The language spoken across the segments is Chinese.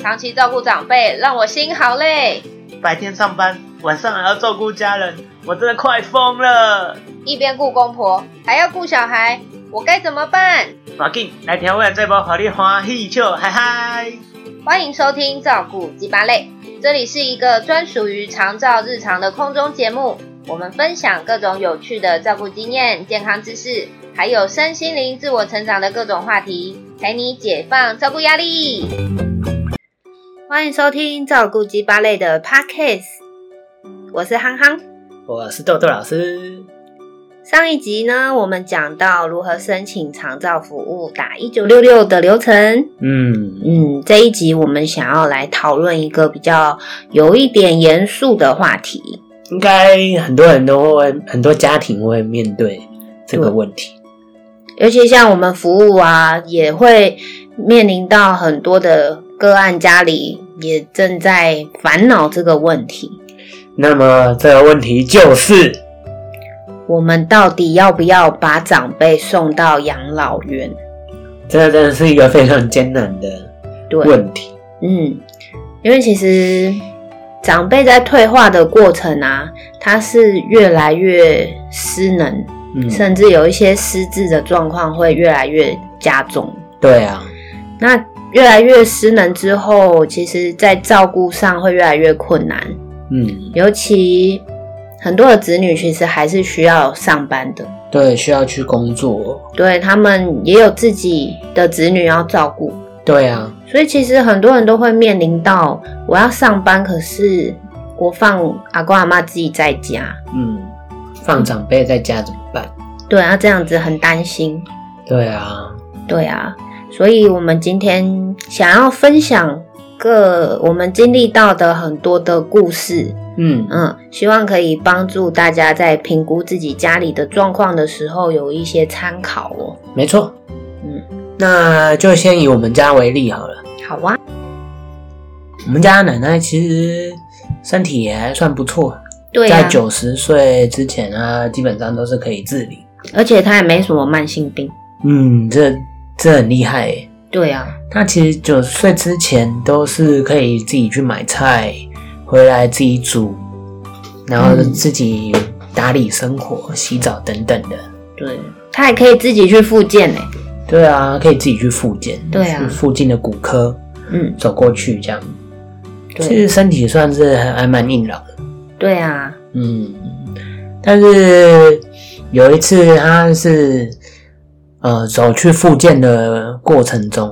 长期照顾长辈让我心好累，白天上班，晚上还要照顾家人，我真的快疯了。一边顾公婆还要顾小孩，我该怎么办？马进来调味这包，好你欢喜笑，嗨嗨！欢迎收听《照顾鸡巴类》，这里是一个专属于长照日常的空中节目，我们分享各种有趣的照顾经验、健康知识，还有身心灵自我成长的各种话题，陪你解放照顾压力。欢迎收听《照顾鸡巴类》的 Podcast，我是憨憨。我是豆豆老师。上一集呢，我们讲到如何申请长照服务，打一九六六的流程。嗯，嗯，这一集我们想要来讨论一个比较有一点严肃的话题。应该很多人都会，很多家庭会面对这个问题。尤其像我们服务啊，也会面临到很多的个案，家里也正在烦恼这个问题：那么这个问题就是，我们到底要不要把长辈送到养老院？这真的是一个非常艰难的对，问题。嗯，因为其实长辈在退化的过程啊，他是越来越失能，嗯，甚至有一些失智的状况会越来越加重。对啊，那越来越失能之后，其实在照顾上会越来越困难，嗯，尤其很多的子女其实还是需要上班的，对，需要去工作。对他们也有自己的子女要照顾，对啊，所以其实很多人都会面临到我要上班，可是我放阿公阿妈自己在家，嗯，放长辈在家怎么办？对啊，这样子很担心，对啊，对啊，所以我们今天想要分享各我们经历到的很多的故事，嗯嗯，希望可以帮助大家在评估自己家里的状况的时候有一些参考哦。没错，嗯，那就先以我们家为例好了。好啊，我们家奶奶其实身体也还算不错，对在啊，九十岁之前啊，基本上都是可以自理。而且他也没什么慢性病，嗯，这这很厉害耶。对啊，她其实九十岁之前都是可以自己去买菜，回来自己煮，然后嗯自己打理生活、洗澡等等的。对，他还可以自己去复健欸呢、对啊，可以自己去复健，对啊去附近的骨科嗯，走过去这样。其对实身体算是还还蛮硬朗的。对啊，嗯，但是有一次他是呃走去复健的过程中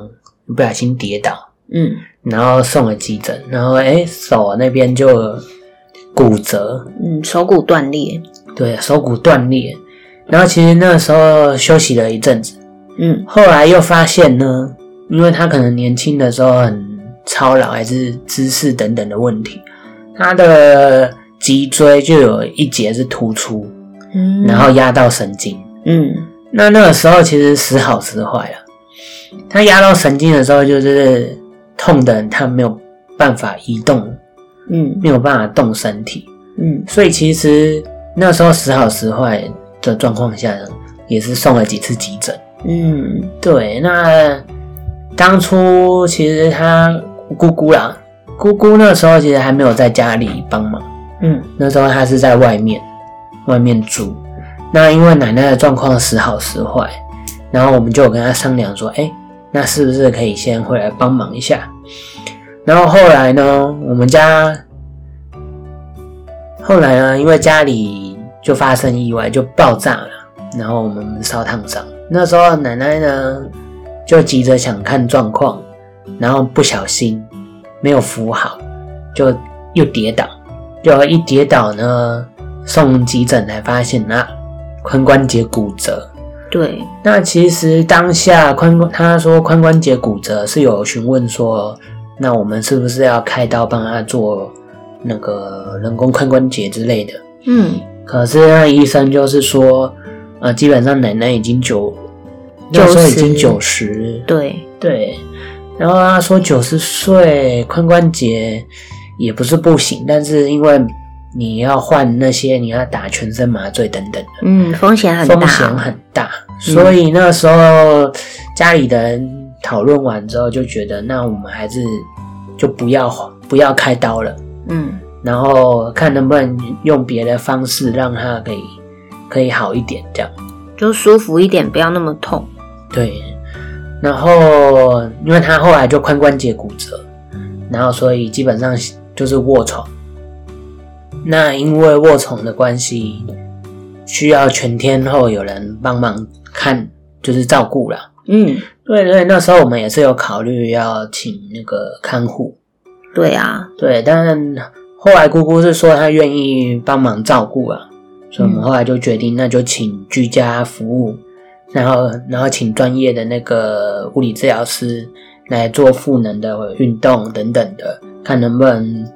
不小心跌倒，嗯然后送了急诊，然后哎手那边就有骨折，嗯，手骨断裂，对手骨断裂，然后其实那时候休息了一阵子，嗯后来又发现呢，因为他可能年轻的时候很操劳，还是姿势等等的问题，他的脊椎就有一节是突出。嗯，然后压到神经。嗯那那个时候其实时好时坏了。他压到神经的时候，就是痛的他没有办法移动，嗯没有办法动身体。嗯所以其实那时候时好时坏的状况下，也是送了几次急诊。嗯对，那当初其实他姑姑啦，姑姑那时候其实还没有在家里帮忙。嗯那时候他是在外面，外面住。那因为奶奶的状况时好时坏，然后我们就有跟他商量说，哎、那是不是可以先回来帮忙一下？然后后来呢，我们家后来呢，因为家里就发生意外，就爆炸了，然后我们烧烫伤。那时候奶奶呢，就急着想看状况，然后不小心没有扶好，就又跌倒。就一跌倒呢，送急诊才发现啊，髋关节骨折。对，那其实当下髋关他说髋关节骨折是有询问说，那我们是不是要开刀帮他做那个人工髋关节之类的？嗯可是那医生就是说，呃，基本上奶奶已经九，那时候已经九十，对，对，然后他说九十岁髋关节也不是不行，但是因为你要换那些，你要打全身麻醉等等的，嗯，风险很大，风险很大。所以那时候家里的人讨论完之后，就觉得那我们还是就不要不要开刀了，嗯然后看能不能用别的方式让它可以可以好一点这样。就舒服一点，不要那么痛。对，然后因为他后来就髋关节骨折，然后所以基本上就是卧床。那因为卧床的关系，需要全天候有人帮忙看，就是照顾啦。嗯，对对，那时候我们也是有考虑要请那个看护，对啊，对，但后来姑姑是说她愿意帮忙照顾啊，所以我们嗯后来就决定，那就请居家服务，然后然后请专业的那个物理治疗师来做赋能的运动等等的，看能不能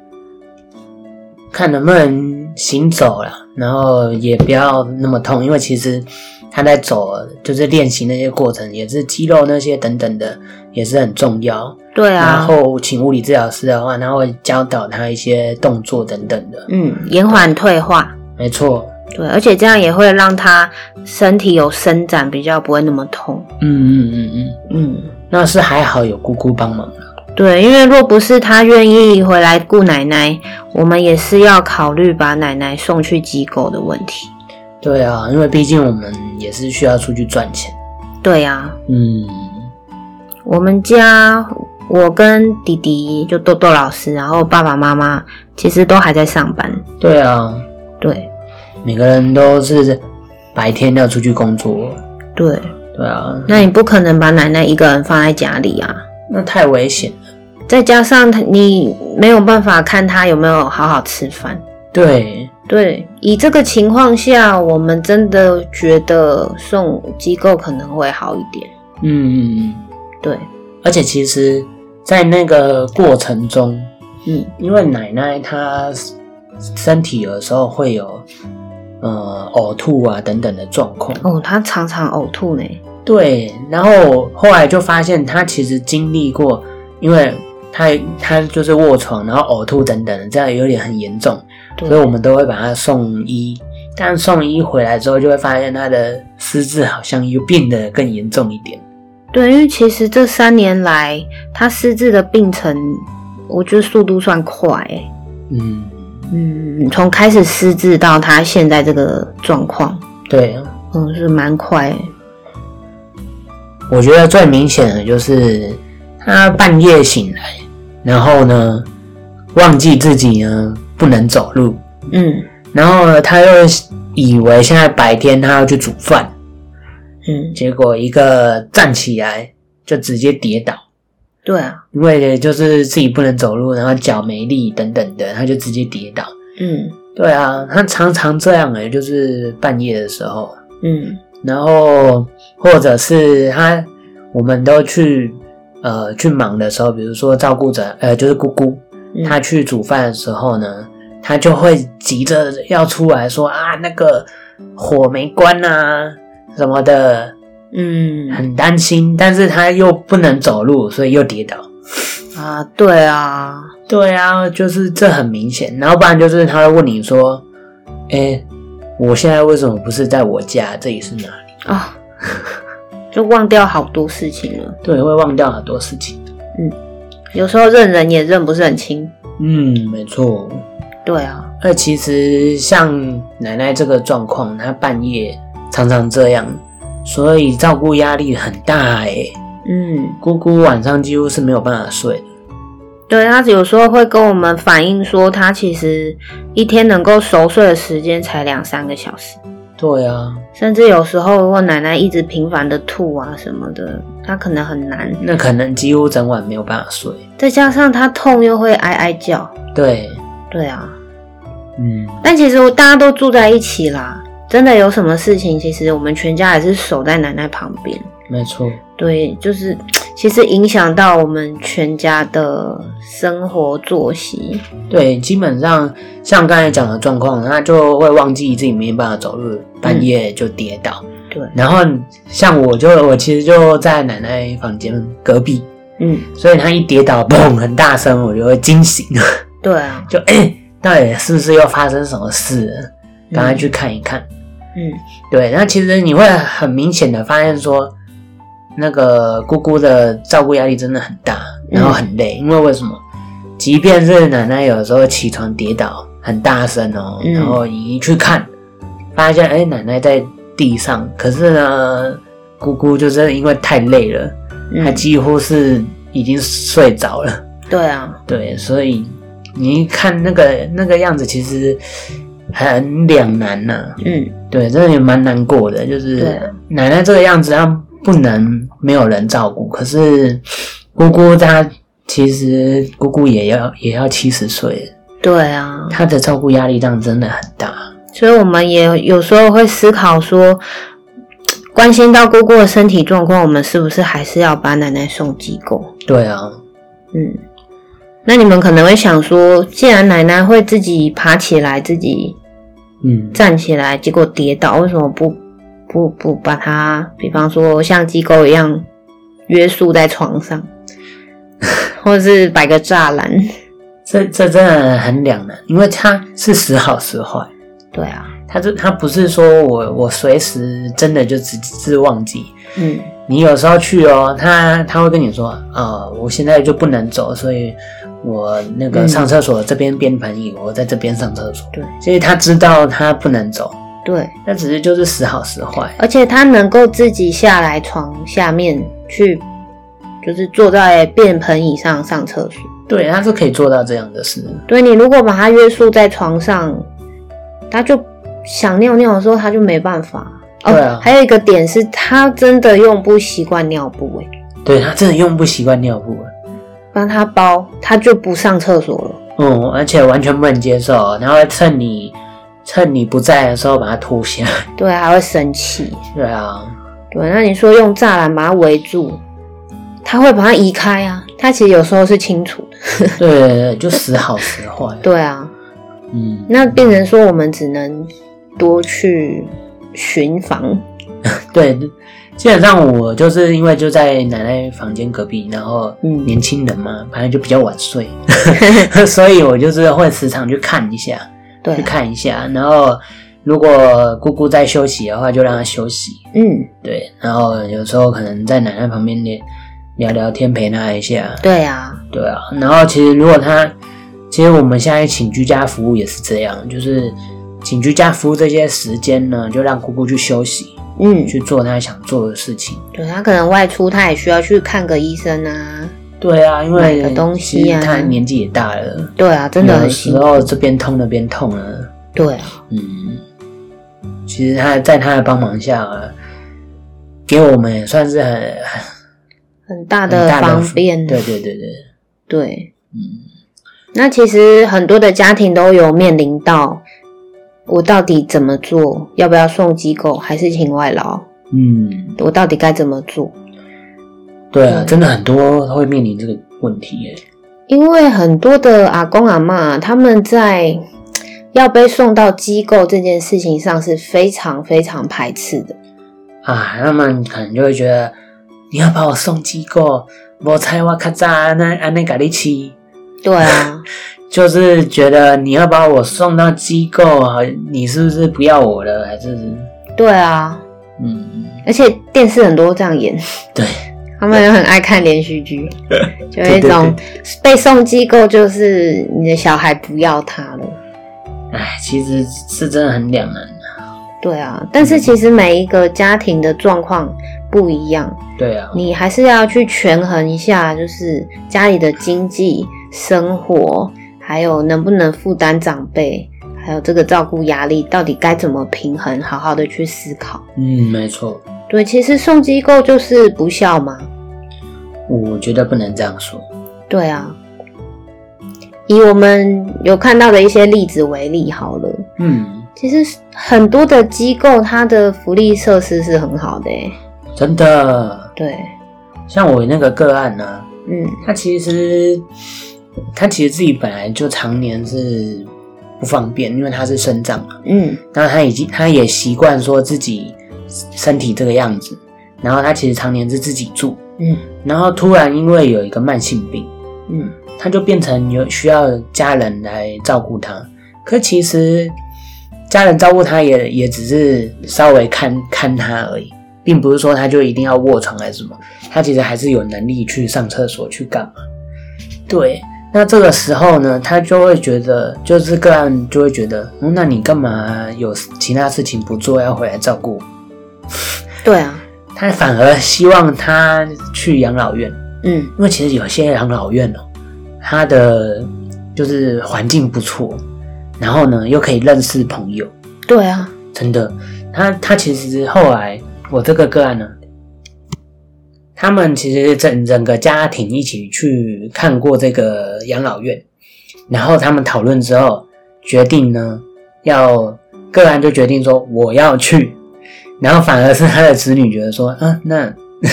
看能不能行走啦，然后也不要那么痛，因为其实他在走就是练习那些过程，也是肌肉那些等等的，也是很重要。对然啊，后请物理治疗师的话，他会教导他一些动作等等的。嗯，延缓退化。没错，对，而且这样也会让他身体有伸展，比较不会那么痛。嗯嗯嗯嗯，嗯，那是还好有姑姑帮忙了。对，因为若不是他愿意回来顾奶奶，我们也是要考虑把奶奶送去机构的问题。对啊，因为毕竟我们也是需要出去赚钱。对啊，嗯，我们家我跟弟弟就豆豆老师，然后爸爸妈妈其实都还在上班。对啊，对每个人都是白天要出去工作。对，对啊，那你不可能把奶奶一个人放在家里啊。那太危险了。再加上他你没有办法看他有没有好好吃饭。对，对，以这个情况下，我们真的觉得送机构可能会好一点。嗯嗯嗯，对，而且其实，在那个过程中，嗯，因为奶奶她身体有的时候会有呃呕吐啊等等的状况，哦，他常常呕吐呢。对，然后后来就发现她其实经历过，因为她她就是卧床，然后呕吐等等的，这样有点很严重，对所以我们都会把她送医。但送医回来之后，就会发现她的失智好像又变得更严重一点。对，因为其实这三年来，他失智的病程，我觉得速度算快欸、嗯，嗯，从开始失智到他现在这个状况，对，嗯，是蛮快欸。我觉得最明显的就是他半夜醒来，然后呢，忘记自己呢不能走路，嗯然后呢他又以为现在白天他要去煮饭，嗯，结果一个站起来就直接跌倒，对啊，因为就是自己不能走路，然后脚没力等等的，他就直接跌倒。嗯对啊，他常常这样诶、欸就是半夜的时候，嗯然后或者是他，我们都去呃去忙的时候，比如说照顾者呃就是姑姑，嗯，她去煮饭的时候呢，她就会急着要出来说啊那个火没关啊什么的，嗯很担心，但是她又不能走路，所以又跌倒。啊，对啊，对啊，就是这很明显，然后不然就是他会问你说，哎，我现在为什么不是在我家？这里是哪里？啊、就忘掉好多事情了。对，会忘掉很多事情。有时候认人也认不是很清。嗯，没错。对啊，那其实像奶奶这个状况，她半夜常常这样，所以照顾压力很大诶、嗯，姑姑晚上几乎是没有办法睡的。对他有时候会跟我们反映说，他其实一天能够熟睡的时间才两三个小时，对啊，甚至有时候如果奶奶一直频繁的吐啊什么的，他可能很难。那可能几乎整晚没有办法睡。再加上他痛又会哀哀叫，对，对啊。嗯，但其实大家都住在一起啦，真的有什么事情，其实我们全家也是守在奶奶旁边。没错。对，就是其实影响到我们全家的生活作息。对，基本上像刚才讲的状况，她就会忘记自己没办法走路，半夜就跌倒。对，然后像我就我其实就在奶奶房间隔壁，嗯，所以她一跌倒，砰，很大声，我就会惊醒。 对啊，就哎、欸到底是不是又发生什么事了？赶快去看一看。嗯对，那其实你会很明显的发现说，那个姑姑的照顾压力真的很大，嗯然后很累，因为为什么？即便是奶奶有时候起床跌倒很大声哦，嗯然后你一去看，发现哎奶奶在地上，可是呢姑姑就是因为太累了，她嗯，几乎是已经睡着了。对啊，对，所以你一看那个那个样子，其实很两难呐、嗯对，真的也蛮难过的，就对是啊奶奶这个样子，她不能没有人照顾，可是姑姑她其实姑姑也要也要七十岁了，对啊，她的照顾压力量真的很大。所以我们也有时候会思考说，关心到姑姑的身体状况，我们是不是还是要把奶奶送机构？对啊，嗯，那你们可能会想说，既然奶奶会自己爬起来，自己嗯，站起来，结果跌倒，为什么不不不把它，比方说像机构一样约束在床上，或是摆个栅栏？这这真的很两难，因为她是时好时坏。对啊，她这她不是说我我随时真的就只是忘记，嗯你有时候去哦，他他会跟你说，呃，我现在就不能走，所以我那个嗯上厕所这边变盆椅，我在这边上厕所。对，所以他知道他不能走，对，那只是就是时好时坏。而且他能够自己下来床下面去，就是坐在便盆椅上上厕所。对，他是可以做到这样的事。对你如果把他约束在床上，他就想尿尿的时候他就没办法。哦，对啊还有一个点是他真的用不习惯尿布、欸，对他真的用不习惯尿布，帮他包，他就不上厕所了。嗯，而且完全不能接受，然后趁你趁你不在的时候把它脱下。对，啊还会生气。对啊，对，那你说用栅栏把它围住，他会把它移开啊。他其实有时候是清楚的。对对对，就时好时坏。 对啊，嗯，那变成说我们只能多去巡防。对，基本上我就是因为就在奶奶房间隔壁，然后嗯年轻人嘛，反正就比较晚 睡，所以我就是会时常去看一下，对去，看一下。然后如果姑姑在休息的话，就让她休息。嗯，对，然后有时候可能在奶奶旁边聊聊聊天，陪她一下。对啊，对啊，然后其实如果他，其实我们现在请居家服务也是这样，就是请居家服务这些时间呢，就让姑姑去休息，嗯，去做她想做的事情。对他可能外出，他也需要去看个医生啊。对啊，因为买个东西啊其实他年纪也大了，对啊，真的有很辛时苦。候这边痛那边痛了。对啊，嗯，其实他在他的帮忙下、给我们也算是很很大很的大的方便。对对对对，对，嗯，那其实很多的家庭都有面临到，我到底怎么做？要不要送机构，还是请外劳？嗯，我到底该怎么做？对啊，对真的很多会面临这个问题耶。因为很多的阿公阿嬷他们在要被送到机构这件事情上是非常非常排斥的。啊，他们可能就会觉得你要把我送机构，我猜我咔嚓那安内咖喱七，对啊，就是觉得你要把我送到机构，好你是不是不要我了？还是对啊，嗯，而且电视很多这样演，对他们也很爱看连续 剧，就有一对对种被送机构就是你的小孩不要他了。哎，其实是真的很两难的、对啊，但是其实每一个家庭的状况不一样，对啊，你还是要去权衡一下，就是家里的经济、生活，还有能不能负担长辈，还有这个照顾压力，到底该怎么平衡，好好的去思考。嗯，没错，对，其实送机构就是不孝嘛。我觉得不能这样说。对啊，以我们有看到的一些例子为例好了，嗯，其实很多的机构它的福利设施是很好的、欸，真的，对，像我那个个案呢、嗯他其实他其实自己本来就常年是不方便，因为他是生长嘛。嗯，然后他已经他也习惯说自己身体这个样子，然后他其实常年是自己住，嗯然后突然因为有一个慢性病，嗯，他就变成有需要家人来照顾他。可其实家人照顾他也也只是稍微看看他而已，并不是说他就一定要卧床还是什么，他其实还是有能力去上厕所去干嘛。对，那这个时候呢，他就会觉得，就是个案就会觉得，嗯、那你干嘛有其他事情不做要回来照顾我？对啊，他反而希望他去养老院，嗯因为其实有些养老院哦，它的就是环境不错，然后呢又可以认识朋友，对啊，真的。他他其实后来我这个个案呢，他们其实整整个家庭一起去看过这个养老院，然后他们讨论之后决定呢，要个案就决定说我要去，然后反而是他的子女觉得说，啊，那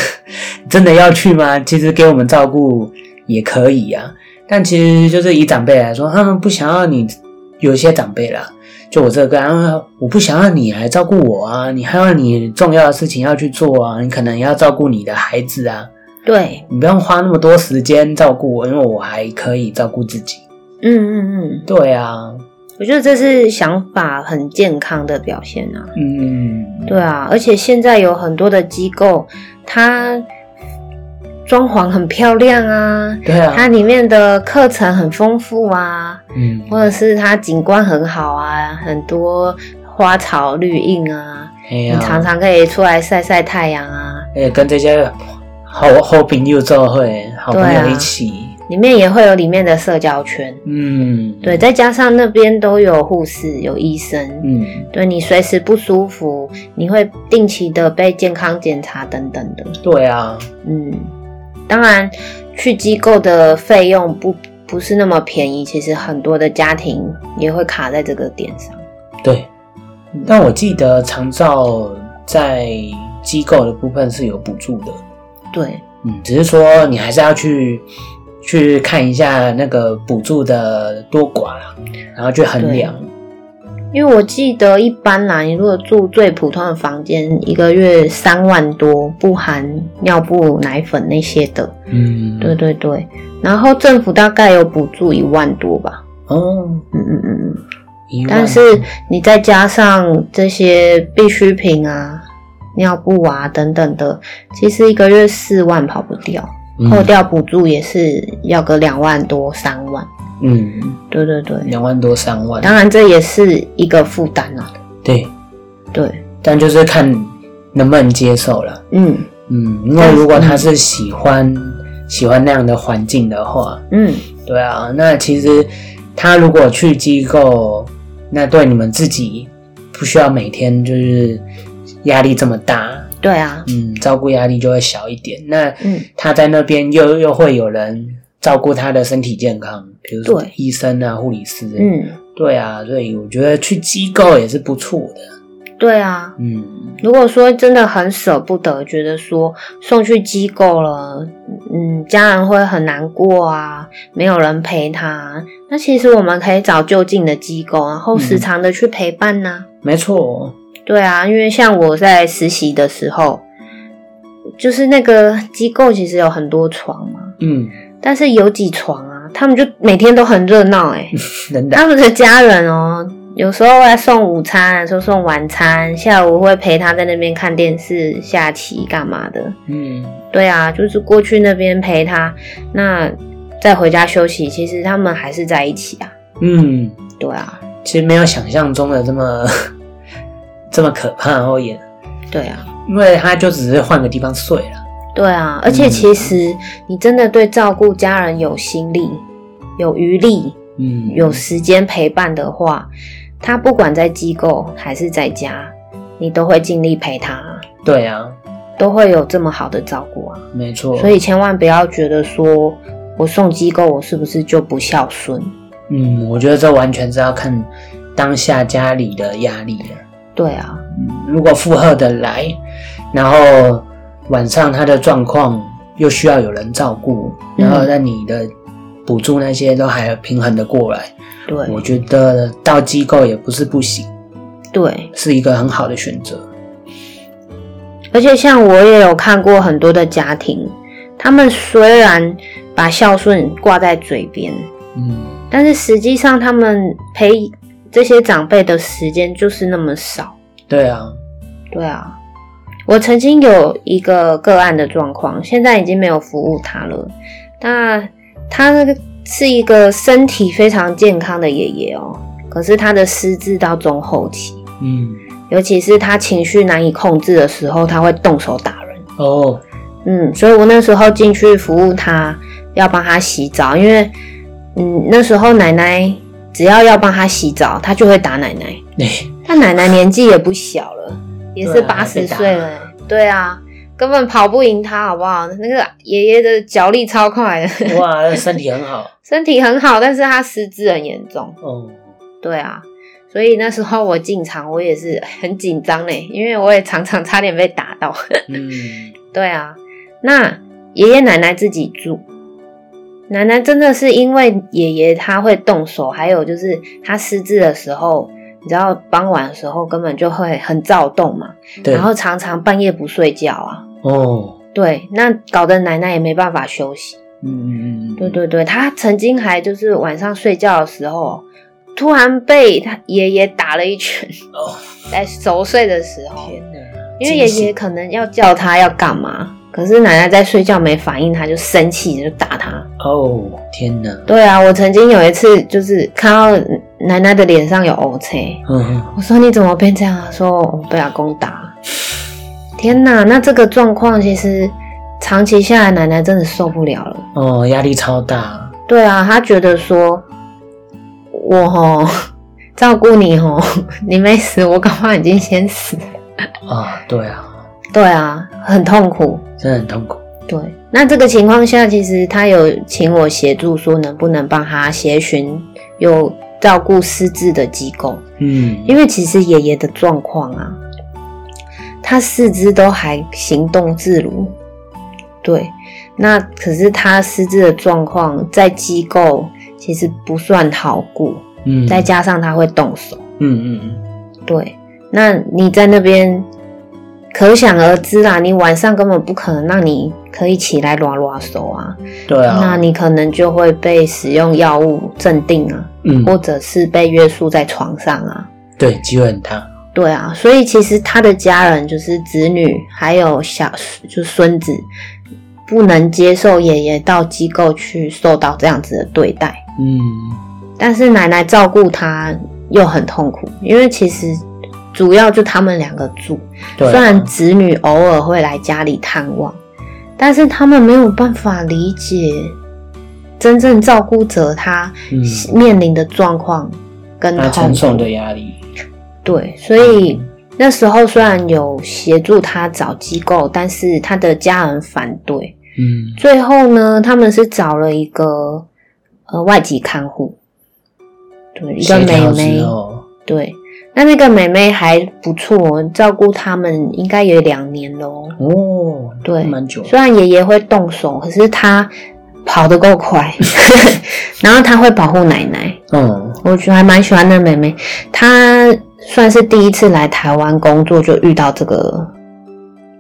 真的要去吗？其实给我们照顾也可以啊，但其实就是以长辈来说，他们不想要你，有一些长辈啦，就我这个个案，啊我不想要你来照顾我啊，你还有你重要的事情要去做啊，你可能要照顾你的孩子啊，对，你不用花那么多时间照顾我，因为我还可以照顾自己。嗯嗯嗯，对啊，我觉得这是想法很健康的表现啊。嗯，对啊，而且现在有很多的机构，它装潢很漂亮啊，对啊，它里面的课程很丰富啊，嗯，或者是它景观很好啊，很多花草绿荫啊，哎你呀、常常可以出来晒晒太阳啊。哎，跟这些好好朋友做会，好朋友一起，里面也会有里面的社交圈，嗯，啊对，，再加上那边都有护士、有医生，嗯，对你随时不舒服，你会定期的被健康检查等等的。对啊，嗯，当然，去机构的费用不不是那么便宜，其实很多的家庭也会卡在这个点上。对。嗯但我记得长照在机构的部分是有补助的，对，嗯，只是说你还是要去去看一下那个补助的多寡啦，然后去衡量。因为我记得一般啦，你如果住最普通的房间，一个月三万多，不含尿布、奶粉那些的。嗯，对对对，然后政府大概有补助一万多吧。哦，嗯嗯嗯嗯，一万但是你再加上这些必需品啊、尿布啊等等的，其实一个月四万跑不掉。嗯扣掉补助也是要个两万多三万，嗯，嗯对对对，两万多三万，当然这也是一个负担啊，对，对，但就是看能不能接受了。嗯嗯，因为如果他是喜欢、喜欢那样的环境的话，嗯，对啊，那其实他如果去机构，那对你们自己不需要每天就是压力这么大，对啊，嗯，照顾压力就会小一点。那嗯他在那边又又会有人照顾他的身体健康，比如说对医生啊、护理师，，嗯，对啊，所以我觉得去机构也是不错的，对啊。嗯，如果说真的很舍不得，觉得说送去机构了，嗯，家人会很难过啊，没有人陪他。那其实我们可以找就近的机构，然后时嗯常的去陪伴呐、没错，对啊，因为像我在实习的时候，就是那个机构其实有很多床嘛，嗯，但是有几床啊，他们就每天都很热闹哎、真的，他们的家人哦，有时候会送午餐，有时候送晚餐，下午会陪他在那边看电视、下棋干嘛的。嗯，对啊，就是过去那边陪他，那再回家休息。其实他们还是在一起啊。嗯。对啊，其实没有想象中的这么 这么可怕哦也，对啊。因为他就只是换个地方睡了。对啊，而且其实你真的对照顾家人有心力、有余力、嗯，有时间陪伴的话，他不管在机构还是在家，你都会尽力陪他，对啊，都会有这么好的照顾啊。没错。所以千万不要觉得说我送机构，我是不是就不孝顺？嗯，我觉得这完全是要看当下家里的压力了。对啊，嗯如果负荷的来，然后晚上他的状况又需要有人照顾，嗯然后让你的补助那些都还平衡的过来，对我觉得到机构也不是不行，对，是一个很好的选择。而且像我也有看过很多的家庭，他们虽然把孝顺挂在嘴边，嗯，但是实际上他们陪这些长辈的时间就是那么少。对啊，对啊，我曾经有一个个案的状况，现在已经没有服务他了。那他是一个身体非常健康的爷爷哦，可是他的失智到中后期，嗯，尤其是他情绪难以控制的时候，他会动手打人。哦，嗯，所以我那时候进去服务他，要帮他洗澡，因为嗯那时候奶奶只要要帮他洗澡，他就会打奶奶。 哎、但奶奶年纪也不小了，也是对啊八十还岁被打了、对啊，根本跑不赢他，好不好？那个爷爷的脚力超快的，哇，身体很好 身体很好，但是他失智很严重。哦，对啊，所以那时候我进场，我也是很紧张嘞，因为我也常常差点被打到。 嗯，对啊，那爷爷奶奶自己住。奶奶真的是因为爷爷他会动手，还有就是他失智的时候，你知道傍晚的时候根本就会很躁动嘛，对然，后常常半夜不睡觉啊，哦，对，那搞得奶奶也没办法休息。嗯嗯嗯，嗯对，对对，她曾经还就是晚上睡觉的时候，突然被他爷爷打了一拳， 哦，在熟睡的时候，天哪，因为爷惊爷喜可能要叫他要干嘛，可是奶奶在睡觉没反应，他就生气就打他。哦，天哪，对啊，我曾经有一次就是看到奶奶的脸上有 O C，嗯，我说你怎么变这样啊？说我被阿公打。天哪，那这个状况其实长期下来，奶奶真的受不了了。哦，压力超大，对啊，她觉得说，我吼照顾你吼，你没死，我搞不好已经先死了。啊、对啊，对啊，很痛苦。真的很痛苦，对，那这个情况下，其实他有请我协助，说能不能帮他协寻有照顾失智的机构，嗯，因为其实爷爷的状况啊，他四肢都还行动自如，对，那可是他失智的状况在机构其实不算好顾，嗯，再，加上他会动手，嗯嗯嗯，对，那你在那边。可想而知啦，你晚上根本不可能让你可以起来拉拉手啊，对啊，那你可能就会被使用药物镇定啊，嗯，或者是被约束在床上啊。对，机会很大，对啊，所以其实他的家人就是子女，还有小就孙子，不能接受爷爷到机构去受到这样子的对待。嗯，但是奶奶照顾他又很痛苦，因为其实主要就他们两个住，对啊，虽然子女偶尔会来家里探望，但是他们没有办法理解真正照顾者他嗯，面临的状况跟他痛承受苦。的压力，对，所以那时候虽然有协助他找机构，但是他的家人反对。嗯，最后呢，他们是找了一个呃外籍看护，对，一个协美调眉之。后，对，那那个妹妹还不错，照顾他们应该有两年喽。哦，对蛮久的，虽然爷爷会动手，可是他跑得够快， 然后他会保护奶奶，嗯，我觉得还蛮喜欢那妹妹。她算是第一次来台湾工作，就遇到这个，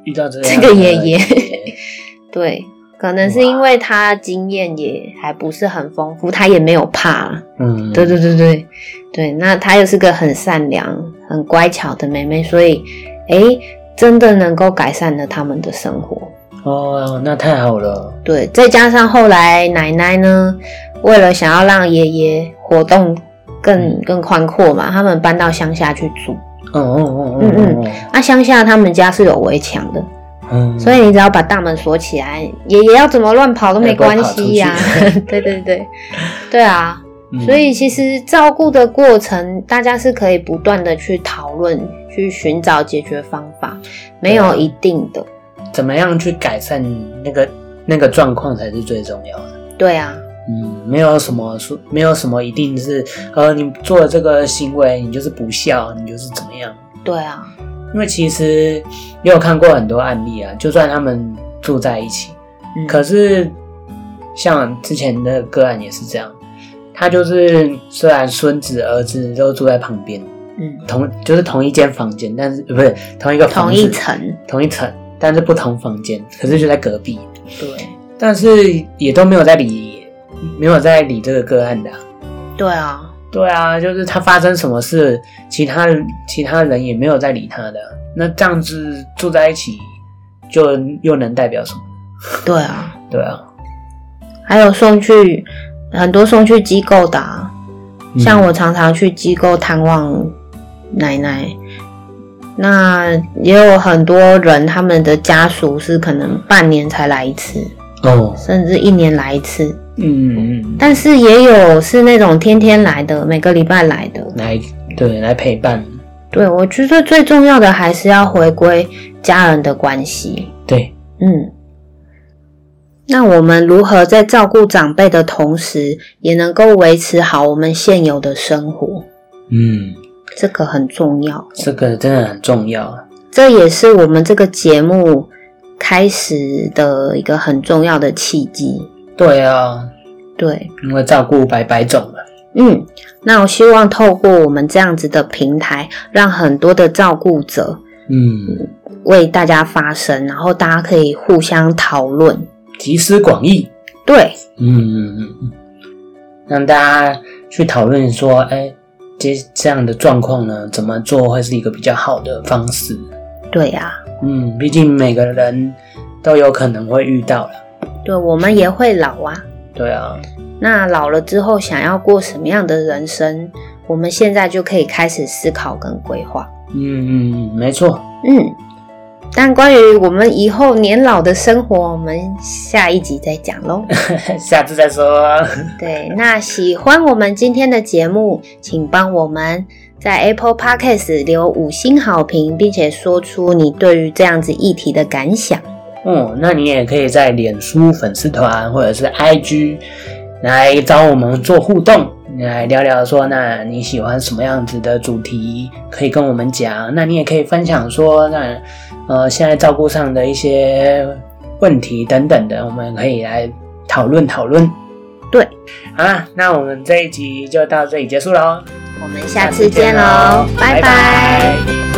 遇到这这样个的爷爷对，可能是因为她经验也还不是很丰富，她也没有怕。嗯，对对对对对，那她又是个很善良、很乖巧的妹妹，所以诶，真的能够改善了他们的生活。哦，那太好了，对，再加上后来奶奶呢，为了想要让爷爷活动更嗯更宽阔嘛，他们搬到乡下去住。哦哦哦嗯嗯哦哦啊，乡下他们家是有围墙的，嗯，所以你只要把大门锁起来，爷爷要怎么乱跑都没哎要不要关跑出系 呀、去对对 对，对啊。嗯所以其实照顾的过程，大家是可以不断的去讨论，去寻找解决方法，没啊有一定的。怎么样去改善那个那个状况才是最重要的。对啊，嗯，没有什么说，没有什么一定是，呃，你做了这个行为，你就是不孝，你就是怎么样？对啊，因为其实也有看过很多案例啊，就算他们住在一起，嗯可是像之前的个案也是这样，他就是虽然孙子儿子都住在旁边，嗯，同就是同一间房间，但是呃不是同一个房同子一层，同一层，但是不同房间，可是就在隔壁，对但是也都没有在理，没有在理这个个案的啊、对啊，对啊，就是他发生什么事，其他其他人也没有在理他的，那这样子住在一起，就又能代表什么？对啊，对啊，还有送去很多送去机构的、啊，嗯像我常常去机构探望奶奶，那也有很多人他们的家属是可能半年才来一次，哦，甚至一年来一次，嗯嗯嗯，但是也有是那种天天来的，每个礼拜来的。来对来陪伴，对我觉得最重要的还是要回归家人的关系。对，嗯，那我们如何在照顾长辈的同时，也能够维持好我们现有的生活？嗯，这个很重要，这个真的很重要，这也是我们这个节目开始的一个很重要的契机。对啊，对，因为照顾百百种嘛，嗯，那我希望透过我们这样子的平台，让很多的照顾者嗯，为大家发声，然后大家可以互相讨论。集思广益，对，嗯嗯嗯嗯，让大家去讨论说，哎，这这样的状况呢，怎么做会是一个比较好的方式？对啊呀、嗯，毕竟每个人都有可能会遇到了，对，我们也会老啊。对啊，那老了之后想要过什么样的人生，我们现在就可以开始思考跟规划。嗯嗯嗯，没错， 嗯，但关于我们以后年老的生活，我们下一集再讲 喽。下次再说，对，那喜欢我们今天的节目，请帮我们在 Apple Podcast 留五星好评，并且说出你对于这样子议题的感想。嗯，那你也可以在脸书粉丝团或者是 IG 来找我们做互动，来聊聊说，那你喜欢什么样子的主题，可以跟我们讲。那你也可以分享说，那呃现在照顾上的一些问题等等的，我们可以来讨论讨论。对，好啦，那我们这一集就到这里结束喽，我们下次见喽，拜拜拜